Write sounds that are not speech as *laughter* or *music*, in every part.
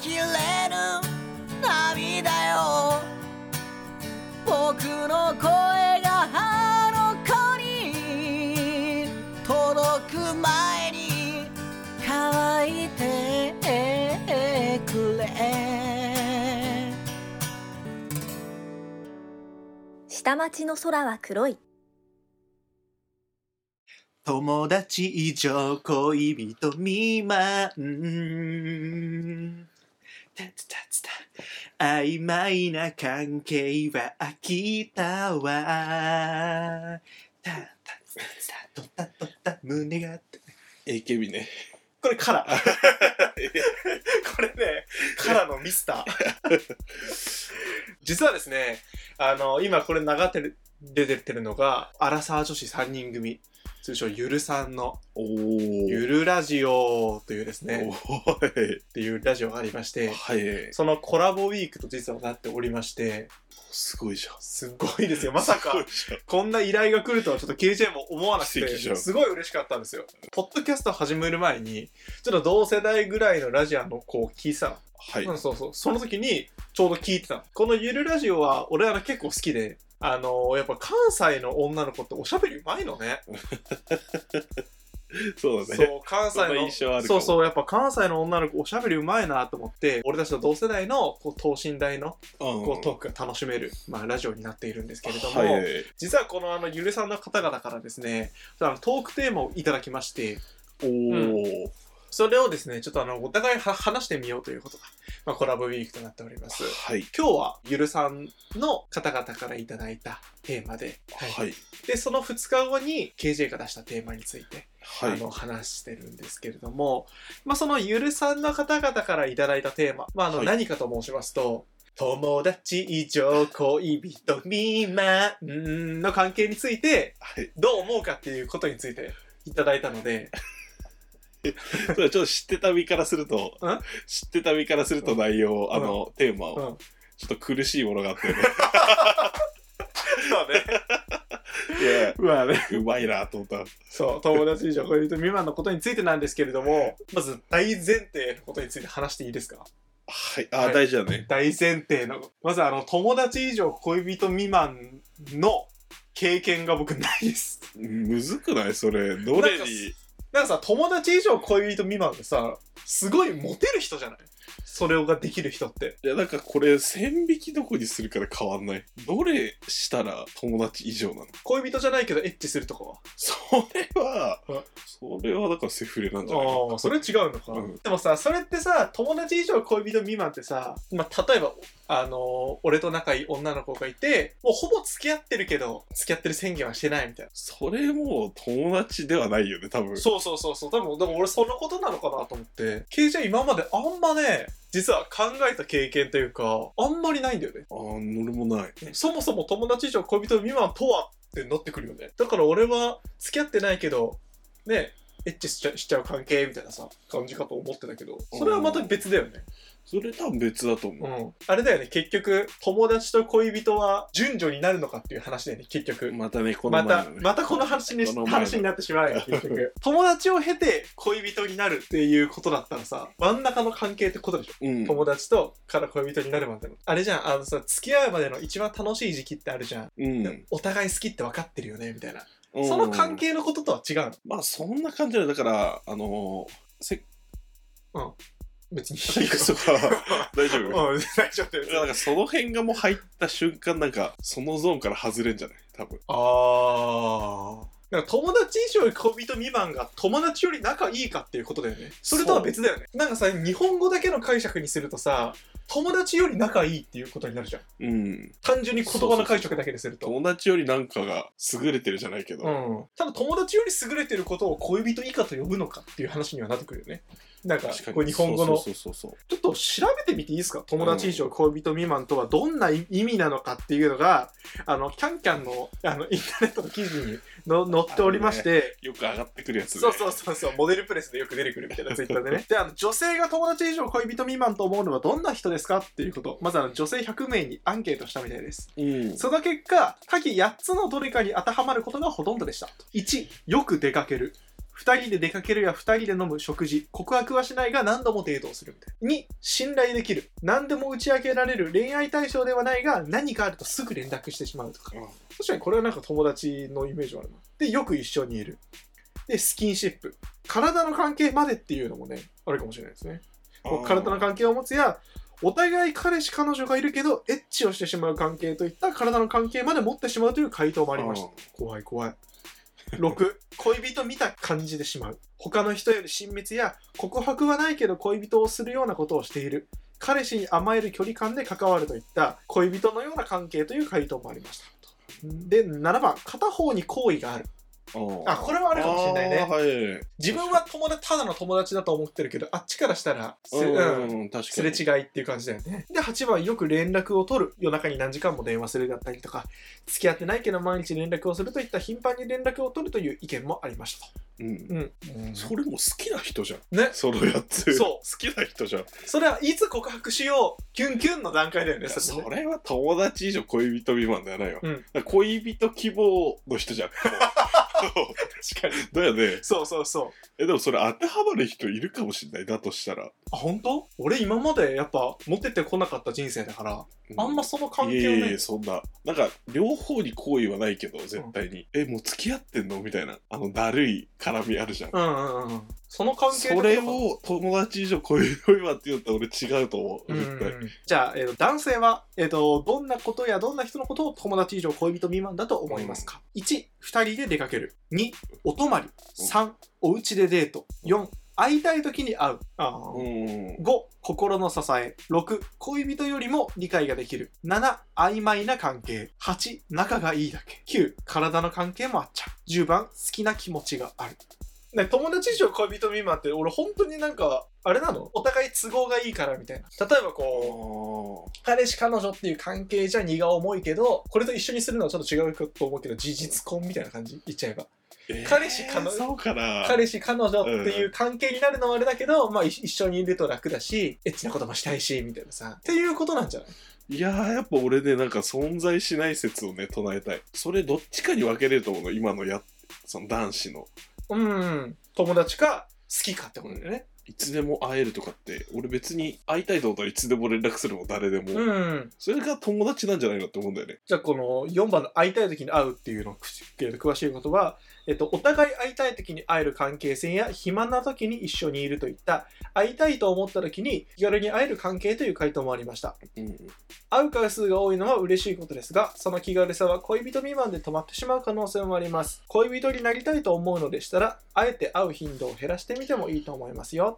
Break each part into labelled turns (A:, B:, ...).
A: きれぬ涙よ僕の声があの子に届く前に乾いてくれ
B: 下町の空は黒い
C: 友達以上恋人未満たつたつた曖昧な関係は飽きたわたたつたつたとたとた胸が
D: AKB ね
C: これカラ *laughs* これねカラのミスター *laughs* 実はですねあの今これ流れてる出てるのがアラサー女子3人組通称ゆるさんの
D: お
C: 「ゆ
D: ー
C: るラジオ」というです
D: お
C: ねっ
D: ー
C: ていうラジオがありまして
D: はい
C: そのコラボウィークと実はなっておりまして
D: すごいじゃん
C: すっごい *laughs* ですよまさ
D: すご
C: か
D: いじゃん
C: こんな依頼が来るとはちょっと KJ も思わなく
D: 奇跡じゃ
C: て
D: ん
C: すごい嬉しかったんですよポッドキャスト始める前にちょっと同世代ぐらいのラジオの子を聞いてたの
D: はい
C: うん、そうそう。その時にちょうど聞いてたの。このゆるラジオは俺ら結構好きで、あのーやっぱ関西の女の子っておしゃべりうまいのね。
D: そうだ
C: そ
D: ね
C: う、関西
D: そんな
C: の。
D: 印象あるか
C: そ
D: も
C: うそう、やっぱ関西の女の子おしゃべりうまいなと思って、俺たちと同世代のこう等身大の
D: うん
C: こうトークが楽しめる、まあラジオになっているんですけれども、
D: はい
C: 実はこのあのゆるさんの方々からですね、あのトークテーマをいただきまして、
D: おー
C: それをですね、ちょっとあのお互いは話してみようということが、まあコラボウィークとなっております。
D: はい
C: 今日はゆるさんの方々からいただいたテーマで、
D: はい
C: でその2日後に KJ が出したテーマについて、
D: は
C: あ
D: い
C: の話してるんですけれども、まあ、そのゆるさんの方々からいただいたテーマ、まあ、あの
D: はい
C: 何かと申しますと「友達以上恋人未満」の関係について
D: はい
C: どう思うかっていうことについていただいたので
D: それちょっと知ってた身からすると
C: ん
D: 知ってた身からすると内容あのテーマ
C: う
D: を
C: ん
D: ちょっと苦しいものが
C: *laughs*
D: あったよね
C: そうね
D: いや
C: ま *laughs* あね
D: うまいなと思った。
C: *laughs* そう、友達以上恋人未満のことについてなんですけれども、まず大前提のことについて話していいですか
D: はい、
C: は
D: あ、
C: い
D: 大事だね。
C: 大前提の。まずあの、友達以上恋人未満の経験が僕ないです。
D: むずくないそれ。どれ
C: なんか
D: に。
C: なんかさ、友達以上恋人未満でさ、すごいモテる人じゃないそれができる人って。
D: いや、なんかこれ、線引きどこにするから変わんない。どれしたら友達以上なの
C: 恋人じゃないけどエッチするとかは。
D: それは
C: うん、
D: それはだからセフレなんじゃない
C: ああ、それ違うのか、
D: うん
C: でもさ、それってさ、友達以上恋人未満ってさ、まあ、例えば、あのー俺と仲いい女の子がいて、もうほぼ付き合ってるけど、付き合ってる宣言はしてないみたいな。
D: それもう友達ではないよね、多分。
C: そうそうそうそう、多分、でも俺そのことなのかなと思って、KJ 今まであんまね、実は考えた経験というか、あんまりないんだよね。
D: ああ、俺もない。
C: そもそも友達以上恋人未満とはってなってくるよね。だから俺は付き合ってないけど、ね、エッチしちゃしちゃう関係みたいなさ、感じかと思ってたけど、それはまた別だよね。
D: それ多分別だと思う。
C: あれだよね結局友達と恋人は順序になるのかっていう話だよね結局、
D: またね、この
C: ま
D: 前
C: た
D: のね
C: またこの話に
D: この前の
C: 話になってしまうよね結局
D: *laughs*
C: 友達を経て恋人になるっていうことだったらさ真ん中の関係ってことでしょ、
D: うん。
C: 友達とから恋人になるまでのあれじゃんあのさ付き合うまでの一番楽しい時期ってあるじゃん、
D: うん。
C: お互い好きって分かってるよねみたいな、
D: うん
C: その関係のこととは違うの
D: まあ、そんな感じだよ。だから、
C: *laughs*
D: あのー、セッ
C: 別に
D: *laughs* ク
C: *laughs*
D: スは大丈
C: うん
D: 夫。
C: 大丈夫です
D: なんかその辺がもう入った瞬間なんかそのゾーンから外れんじゃない多分
C: ああ。なんか友達以上に恋人未満が友達より仲いいかっていうことだよね。それとは別だよね。なんかさ、日本語だけの解釈にするとさ、友達より仲いいっていうことになるじゃん。
D: うん
C: 単純に言葉の解釈だけですると。
D: 友達よりなんかが優れてるじゃないけど、
C: うん、ただ友達より優れてることを恋人以下と呼ぶのかっていう話にはなってくるよね。なんか
D: 確かに
C: これ日本語の
D: そうそうそうそう
C: ちょっと調べてみていいですか友達以上恋人未満とはどんな意味なのかっていうのが、あの、キャンキャンのあのインターネットの記事にの載っておりまして、
D: よく上がってくるやつね
C: そうそうそうそう、モデルプレスでよく出てくるみた *laughs* いなツイッターでね。で、あの、女性が友達以上恋人未満と思うのはどんな人ですかっていうこと。まずあの、女性100名にアンケートしたみたいです。
D: うん
C: その結果、下記8つのどれかに当てはまることがほとんどでした。1、よく出かける。 2人で出かけるや2人で飲む食事告白はしないが何度もデートをするみたいな2信頼できる何でも打ち明けられる恋愛対象ではないが何かあるとすぐ連絡してしまうとか
D: うん
C: 確かにこれはなんか友達のイメージはあるなでよく一緒にいるでスキンシップ体の関係までっていうのもねあるかもしれないですねこう体の関係を持つやお互い彼氏彼女がいるけどエッチをしてしまう関係といった体の関係まで持ってしまうという回答もありました
D: うん
C: 怖い怖い6恋人見た感じでしまう他の人より親密や告白はないけど恋人をするようなことをしている彼氏に甘える距離感で関わるといった恋人のような関係という回答もありましたで7番片方に好意がある
D: うん
C: あこれはあるかもしれないね
D: あーはい
C: 自分は友達ただの友達だと思ってるけどあっちからしたらすうん
D: うん、確
C: す
D: か
C: れ
D: に。
C: 違いっていう感じだよね。で、8番、よく連絡を取る。夜中に何時間も電話するだったりとか、付き合ってないけど毎日連絡をするといった頻繁に連絡を取るという意見もありましたと。
D: うん。
C: ん。
D: それも好きな人じゃん。
C: ね。
D: そのやつ。
C: *laughs* そ。
D: 好きな人じゃん。いう
C: それはいつ告白しよう、キュンキュンの段階だよね、
D: や
C: それ
D: そ
C: ね
D: れは友達以上恋人未満ではないわ。
C: うん
D: だから恋人希望の人じゃん。そう
C: 確
D: *laughs*
C: かに。
D: だよね。
C: そうそうそう。
D: え、でもそれ当てはまる人いるかもしれない。だとしたら。
C: あ、本当俺今までやっぱ持ってってこなかった人生だから、
D: う
C: あんまその関
D: い
C: 係
D: や
C: を
D: いやい
C: ね
D: や、、そんな。なんか、両方に好意はないけど、絶対に。え、もう付き合ってんのみたいな。あの、だるい絡みあるじゃん。
C: うんうんうん。その関係
D: それを友達以上恋人未満って言ったら俺違うと思う。
C: うんう
D: 絶対。
C: ん *laughs* じゃあ、えーと男性は、えーとどんなことやどんな人のことを友達以上恋人未満だと思いますか、?1、2人で出かける。2、お泊まり。3、お家でデート。4、会いたい時に会う。あー
D: うん。
C: 5、心の支え。6、恋人よりも理解ができる。7、曖昧な関係。8、仲がいいだけ。9、体の関係もあっちゃう。10番、好きな気持ちがある。ね、友達以上恋人未満って俺本当になんかあれなのお互い都合がいいからみたいな例えばこう彼氏彼女っていう関係じゃ荷が重いけどこれと一緒にするのはちょっと違うかと思うけど事実婚みたいな感じ言っちゃえば彼氏彼女
D: そうかな
C: 彼氏彼女っていう関係になるのはあれだけど、まあい一緒にいると楽だしエッチなこともしたいしみたいなさっていうことなんじゃない
D: いやーやっぱ俺ねなんか存在しない説をね唱えたいそれどっちかに分けれると思うの今のやその男子の
C: うん友達か好きかってことだよね
D: いつでも会えるとかって俺別に会いたいと思ったらいつでも連絡するもん誰でも、
C: うん
D: それが友達なんじゃないのって思うんだよね
C: じゃあこの4番の会いたい時に会うっていうのを詳しいことは、えっと、お互い会いたい時に会える関係性や暇な時に一緒にいるといった会いたいと思った時に気軽に会える関係という回答もありました
D: うん
C: 会う回数が多いのは嬉しいことですがその気軽さは恋人未満で止まってしまう可能性もあります恋人になりたいと思うのでしたらあえて会う頻度を減らしてみてもいいと思いますよ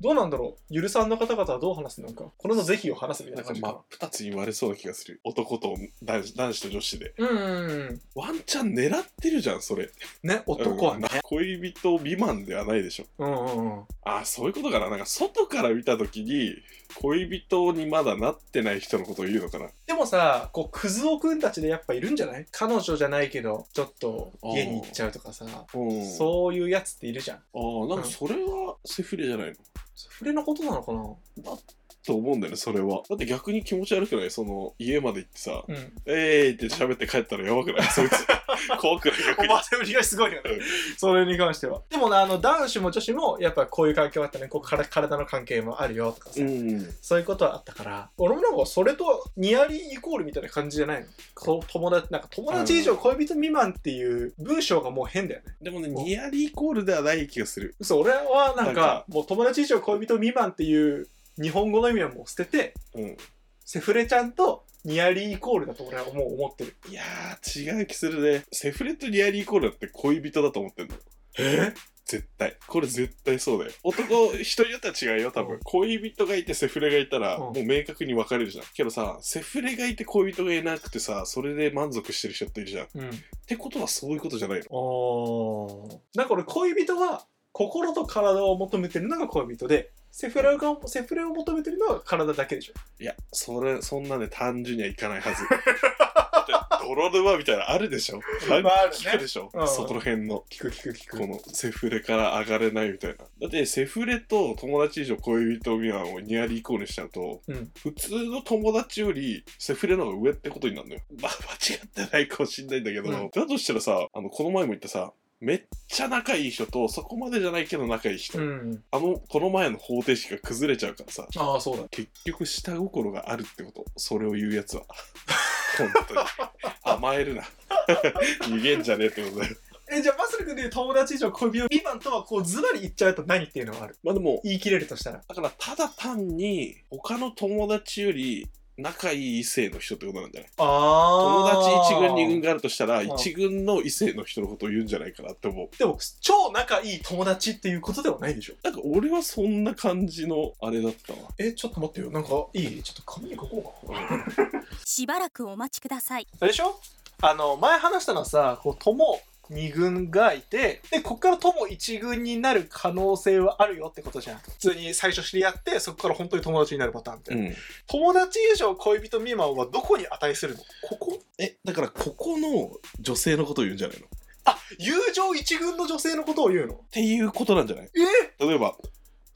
C: どうなんだろうゆるさんの方々はどう話すのかこれの是非を話すみたいな
D: な
C: ん感
D: か
C: じ
D: 真
C: か
D: っ二つに割れそうな気がする男と男子男子と女子で
C: なうんうんうん
D: ワンチャン狙ってるじゃんそれ
C: ね男はね
D: うん恋人未満ではないでしょ
C: うんうんうん
D: あそういうことかななんか外から見た時に恋人にまだなってない人のことを言うのかな
C: でもさこうクズオくんたちでやっぱいるんじゃない彼女じゃないけどちょっと家に行っちゃうとかさ
D: うん
C: そういうやつっているじゃん
D: ああなんかそれはセフレじゃないの
C: それのことなのかな
D: と思うんだよねそれはだって逆に気持ち悪くないその家まで行ってさ
C: うん
D: 「えーい!」って喋って帰ったらやばくない *laughs* そいつ怖くない逆
C: お
D: に
C: ばせぶりがすごいよね。それに関しては。でもなあの男子も女子もやっぱこういう関係はあったね。こうから体の関係もあるよとかさ、
D: うん
C: そういうことはあったから、俺もなんかそれとニアリーイコールみたいな感じじゃないのこう友達、なんか友達以上恋人未満っていう文章がもう変だよね。
D: でもねニアリーイコールではない気がする
C: 嘘、俺はなん
D: なん
C: か
D: か
C: もう友達以上恋人未満っていう日本語の意味はもう捨てて、
D: うん
C: セフレちゃんとニアリーイコールだと俺はもう思ってる。
D: いやー違う気するねセフレとニアリーイコールだって恋人だと思ってんの
C: え
D: 絶対これ絶対そうだよ男人によっては違うよ多
C: う
D: 分恋人がいてセフレがいたら
C: うん
D: もう明確に分かれるじゃんけどさセフレがいて恋人がいなくてさそれで満足してる人っているじゃんっ
C: うん。
D: てことはそういうことじゃないの
C: おなんか俺恋人は心と体を求めてるのが恋人でセフレがセフレを求めてるのは体だけでしょ
D: いやそれそんなね単純にはいかな
C: *laughs*
D: いはずだって泥沼みたいなのあるでしょ
C: あるね
D: 聞くでしょ、
C: うん
D: そこら辺の
C: 聞く聞く聞
D: このセフレから上がれないみたいなだってセフレと友達以上恋人未満をニアリーイコールにしちゃうと
C: うん
D: 普通の友達よりセフレの方 *laughs* が上ってことになるのよ。まあ、間違ってないかもしんないんだけど、
C: うん
D: だとしたらさ、あの、この前も言ったさ、めっちゃ仲いい人とそこまでじゃないけど仲いい人、
C: うん。
D: あのこの前の方程式が崩れちゃうからさ
C: ああ、そうだ。
D: 結局下心があるってことそれを言うやつは *laughs* 本当に甘えるな *laughs* 逃げんじゃねえってことだよ
C: え、じゃあ、マスル君でいう友達以上恋人未満とは、こう、ズバリ言っちゃうと何っていうのはある。
D: まあでも
C: 言い切れるとしたら。
D: だからただ単に他の友達より仲いい異性の人ってことなんじゃない
C: あ
D: 友達
C: あ
D: 1軍2軍があるとしたら
C: ん
D: 1軍の異性の人のことを言うんじゃないかなって思う
C: でも、超仲いい友達っていうことではないでしょ。
D: なんか俺はそんな感じのあれだったわ
C: え、ちょっと待ってよ。なんか、いいちょっと紙に書こうか。
E: しばらくお待ちください
C: あれでしょあの、前話したのはさ、こう、友2軍がいて、で、こっから友1軍になる可能性はあるよってことじゃん。普通に最初知り合って、そこから本当に友達になるパターンって。
D: うん
C: 友達以上恋人未満はどこに値するのここ
D: えだからここの女性のことを言うんじゃないのっ
C: あ、友情1軍の女性のことを言うの
D: ていうことなんじゃない
C: え
D: 例えば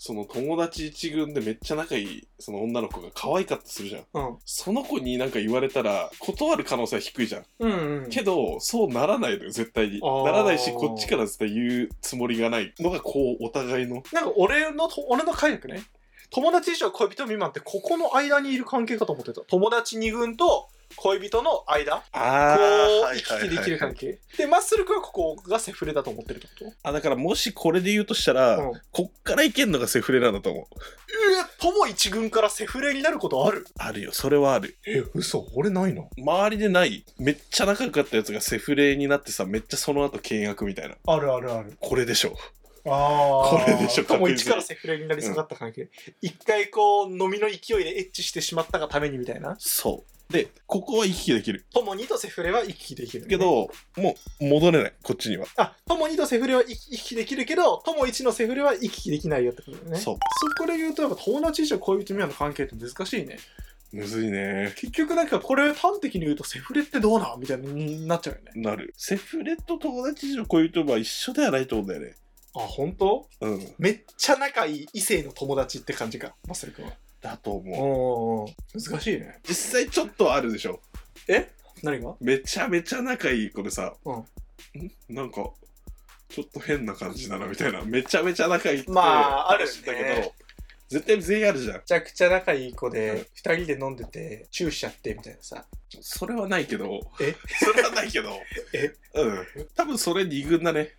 D: その友達一軍でめっちゃ仲いいその女の子が可愛かったとするじゃん
C: うん。
D: その子になんか言われたら断る可能性は低いじゃん
C: うん、
D: けどそうならないのよ絶対に
C: あー
D: ならないしこっちから絶対言うつもりがないのがこうお互いの
C: なんか俺のと、俺の解釈ね。友達以上恋人未満ってここの間にいる関係かと思ってた。友達2軍と恋人の間。こ
D: あ
C: う行き来できる関係。で、マッスル君はここがセフレだと思ってるってこと
D: あだからもしこれで言うとしたら、
C: うん
D: こっからいけんのがセフレなんだと思う
C: え友一軍からセフレになることある
D: あるよそれはある
C: え、嘘俺ないの
D: 周りでないめっちゃ仲良かったやつがセフレになってさめっちゃその後契約みたいな
C: あるあるある。
D: これでしょ
C: あ
D: これでしょ
C: 友
D: 確
C: 一
D: 実
C: からセフレになりそうだった関係。一回こう、飲みの勢いでエッチしてしまったがためにみたいな。
D: そうでここは行き来できる
C: 友二とセフレは行き来できる、
D: け、ど、もう戻れないこっちには、
C: あ、友二とセフレは行き来できるけど、友一のセフレは行き来できないよってことだよね。
D: そう
C: そこで言うと、やっぱ友達以上恋人未満の関係って難しいね。
D: むずいね
C: 結局なんかこれ端的に言うとセフレってどうなんみたいになっちゃうよね。
D: なるセフレと友達以上恋人は一緒ではないと思うんだよね
C: あ、本当？
D: うん
C: めっちゃ仲いい異性の友達って感じか、マスル君は。
D: だと思う
C: おー難しいね。
D: 実際ちょっとあるでしょ
C: え何が
D: めちゃめちゃ仲いい子でさ、
C: うん
D: んなんかちょっと変な感じだなみたいなめちゃめちゃ仲いいって
C: まああるね
D: 話だけど絶対全員あるじゃん
C: めちゃくちゃ仲いい子
D: うん
C: で、二人で飲んでて、チューしちゃってみたいなさ。
D: それはないけど
C: え
D: それはないけど
C: え
D: うん多分それ二軍だね
C: え、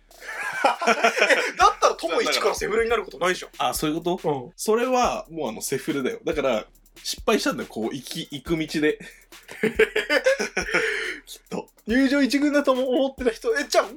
C: だったら友一からセフレになることないでしょ。
D: あそういうこと
C: うん。
D: それはもうあのセフレだよだから失敗したんだよこう行き行く道できっと
C: 友情一軍だと思ってた人えじゃあもう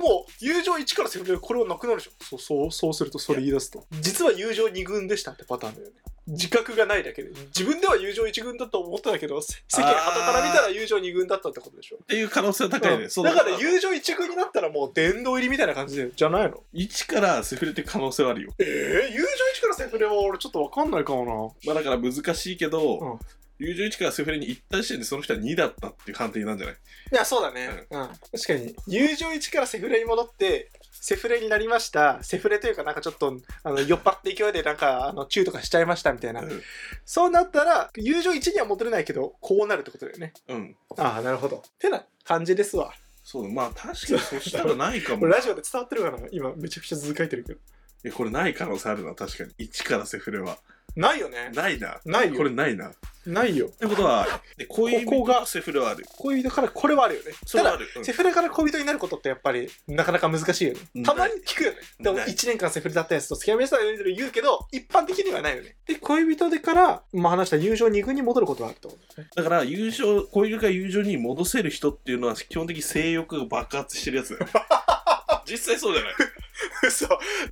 C: 友情一からセフレこれはなくなるでしょそうそうそうするとそれ言い出すと実は友情二軍でしたってパターンだよね自覚がないだけで自分では友情一軍だと思ってたけどせ世間
D: あー
C: 傍から見たら友情二軍だったってことでしょ
D: っていう可能性は高いね、
C: うん
D: そう
C: だ
D: だか
C: から
D: ら
C: 友情一軍になったらもう殿堂入りみたいな感じでじゃないの
D: 一からセフレって可能性はあるよ
C: えー、友情一からセフレは俺ちょっとわかんないかも
D: まあだから難しいけど、
C: うん
D: 友情1からセフレに一旦してんでその人は2だったっていう判定なんじゃない
C: ないやそうだねうん、確かに友情一からセフレに戻ってセフレになりましたセフレというかなんかちょっとあの酔っ払って勢いでなんかあのチューとかしちゃいましたみたいなそうなったら、友情1には戻れないけど、こうなるってことだよね。
D: うん、うん、
C: ああ、なるほど。てな感じですわ。
D: そうだまあ確かにそしたらないか
C: *laughs* こ
D: も
C: れラジオで伝わってるかな今、めちゃくちゃ図書いてるけど。
D: いやこれない可能性あるな確かに1からセフレは
C: ないよね。
D: ないな
C: ないよ
D: これないなっ
C: ないよ。
D: てこ
C: *laughs*
D: とはで恋人
C: ここが
D: セフレはある
C: 恋人からこれはあるよね。
D: そ
C: た
D: れは
C: だ
D: あ、る、うん
C: セフレから恋人になることってやっぱりなかなか難しいよね。たまに聞くよね。でも
D: ない
C: 1年間セフレだったやつと付き合いましたよねって言うけど、一般的にはないよね。で、恋人でから、まあ話した友情2軍に戻ることはあるってことだよね。
D: だから友情恋人が友情に戻せる人っていうのは基本的に性欲が爆発してるやつ
C: *laughs*
D: だよ実際そうじゃない
C: 嘘。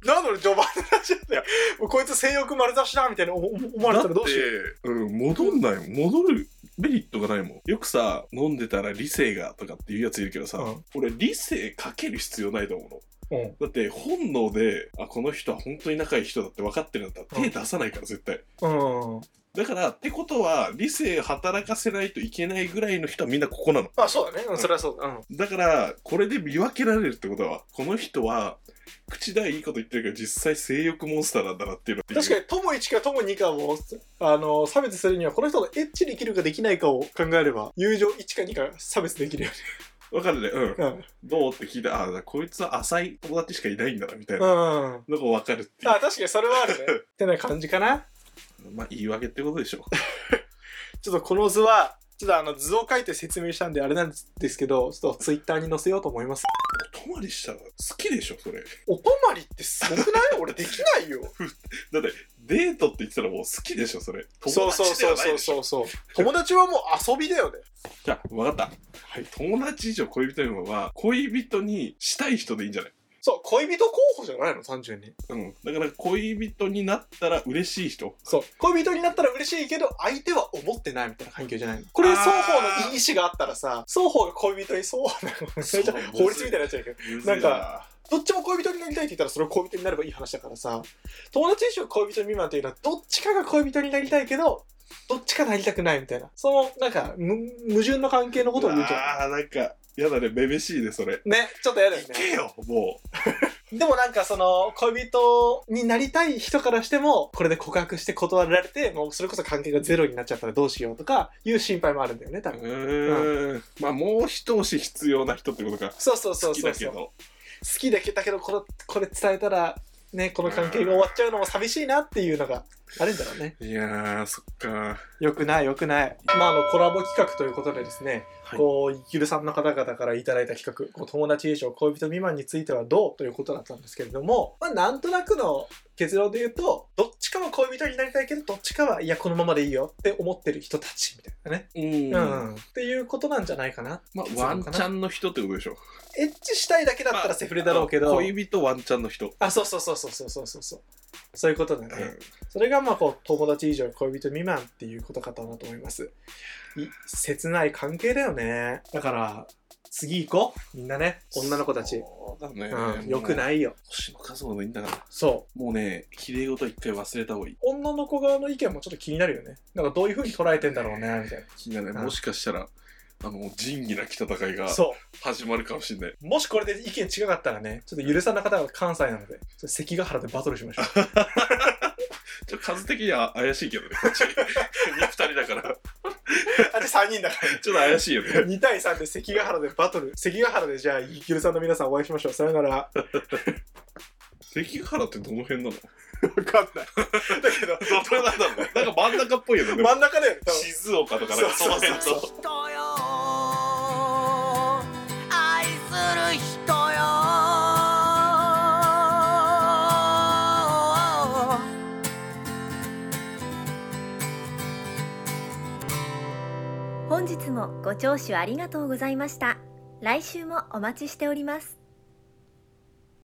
C: なのに序盤の話だよ。もうこいつ性欲丸出しだみたいな思思われたらどうしよう。
D: だってうん、戻んないもん戻るメリットがないもんよくさ飲んでたら理性がとかっていうやついるけどさ、
C: うん
D: 俺理性かける必要ないと思うの
C: うん
D: だって本能であこの人は本当に仲いい人だって分かってるんだったら
C: う
D: 手
C: ん
D: 出さないから絶対
C: うん。
D: だからってことは理性働かせないといけないぐらいの人はみんなここなの
C: あ、そうだね。うん、それはそうだ。うん。
D: だからこれで見分けられるってことはこの人は口ではいいこと言ってるけど実際性欲モンスターなんだなっていうの
C: 確かに、友1か友2かを、あの、差別するには、この人がエッチできるかできないかを考えれば、友情1か2か差別できるよね。
D: わかるね。うん。
C: うん。うん。
D: どうって聞いて、ああ、こいつは浅い友達しかいないんだな、みたいな
C: あ、
D: のがわかるっていう。
C: 確かにそれはあるね。 *laughs* ってな感じかな。
D: まあ、言い訳ってことでしょ。 *laughs*
C: ちょっとこの図は、ちょっとあの図を書いて説明したんであれなんですけど、ちょっとツイッターに載せようと思います。
D: 泊まりしたら好きでしょ、それ。
C: お泊まりってすごくない俺できないよ。
D: だって、デートって言ってたらもう好きでしょ、それ。
C: *laughs* そうそうそうそう
D: う。
C: そうそう。友達はもう遊びだよね。
D: じゃあ、わかった。はい。友達以上恋人以上は、恋人にしたい人でいいんじゃない
C: そう、恋人候補じゃないの、単純に。
D: うん。だから、恋人になったら嬉しい人。
C: そう、恋人になったら嬉しいけど、相手は思ってないみたいな環境じゃないの。これ、
D: あー
C: 双方のいい意志があったらさ、双方が恋人にそう、なんかめっちゃ
D: そう
C: *laughs* 法律みたいになっちゃうけど、なん
D: か、
C: どっちも恋人になりたいって言ったら、それを恋人になればいい話だからさ、友達以上恋人未満っていうのは、どっちかが恋人になりたいけど、どっちかなりたくないみたいな。その、なんか、む矛盾の関係のことを言うじゃん。
D: ああ、なんか、やだね、めめしいね、それ。
C: ね、ちょっとやだよ
D: 行
C: ね。
D: けよ、も
C: でもなんかその恋人になりたい人からしてもこれで告白して断られてもうそれこそ関係がゼロになっちゃったらどうしようとかいう心配もあるんだよね多
D: う。う
C: 分
D: ーん。まあ、もう一押し必要な人ってことか。
C: そうそうそ
D: 好
C: う
D: き
C: そう
D: だ
C: そ
D: け
C: う
D: ど。
C: 好きだけどだけどこのこれ伝えたらねこの関係が終わっちゃうのも寂しいなっていうのがあるんだろうね
D: いやー、そっか。
C: よくないよくないまああのコラボ企画ということでですね、
D: はい
C: こうゆるさんの方々からいただいた企画こう友達以上恋人未満についてはどうということだったんですけれども、まあ、なんとなくの結論で言うとどっちかは恋人になりたいけどどっちかはいやこのままでいいよって思ってる人たちみたいなね、
D: うん
C: うんっていうことなんじゃないかな
D: まあ、ワンチャンの人ってことでしょ。
C: エッチしたいだけだったらセフレだろうけど、
D: 恋人ワンチャンの人。
C: あそうそうそうそうそうそうそうそうそういうことだね、
D: うん
C: それがまあこう友達以上恋人未満っていうことかとなと思いますい切ない関係だよねだから次行こうみんなね女の子たち
D: そうだね。
C: うん、よく
D: い。
C: ないよ
D: 星の数ほどいいんだから。
C: そう
D: もうね、綺麗事は一回忘れた方がいい。
C: 女の子側の意見もちょっと気になるよねなんかどういうふうに捉えてんだろうねみたい
D: 気になるね
C: うん
D: もしかしたら、あの、仁義なき戦いが
C: なそ
D: 始まるかもしれない。
C: うもしこれで意見違かったらねちょっと許さな方は関西なのでちょっと関ヶ原でバトルしましょう
D: ちょ数的には怪しいけどね、こっち。2人だから。
C: あれ3人だから
D: ちょっと怪しいよね。
C: 2対3で関ヶ原でバトル関ヶ原でじゃあゆるさんの皆さんお会いしましょうさよなら
D: 関ヶ原って *laughs* どの辺なの
C: 分かんないだけど
D: どこなんだろうねなんか真ん中っぽいよね。でも
C: 真ん中だよね多分
D: 静岡とかなんかその辺
C: そう
D: と。
A: 人よ愛する人よ
B: 本日もご聴取ありがとうございました来週もお待ちしております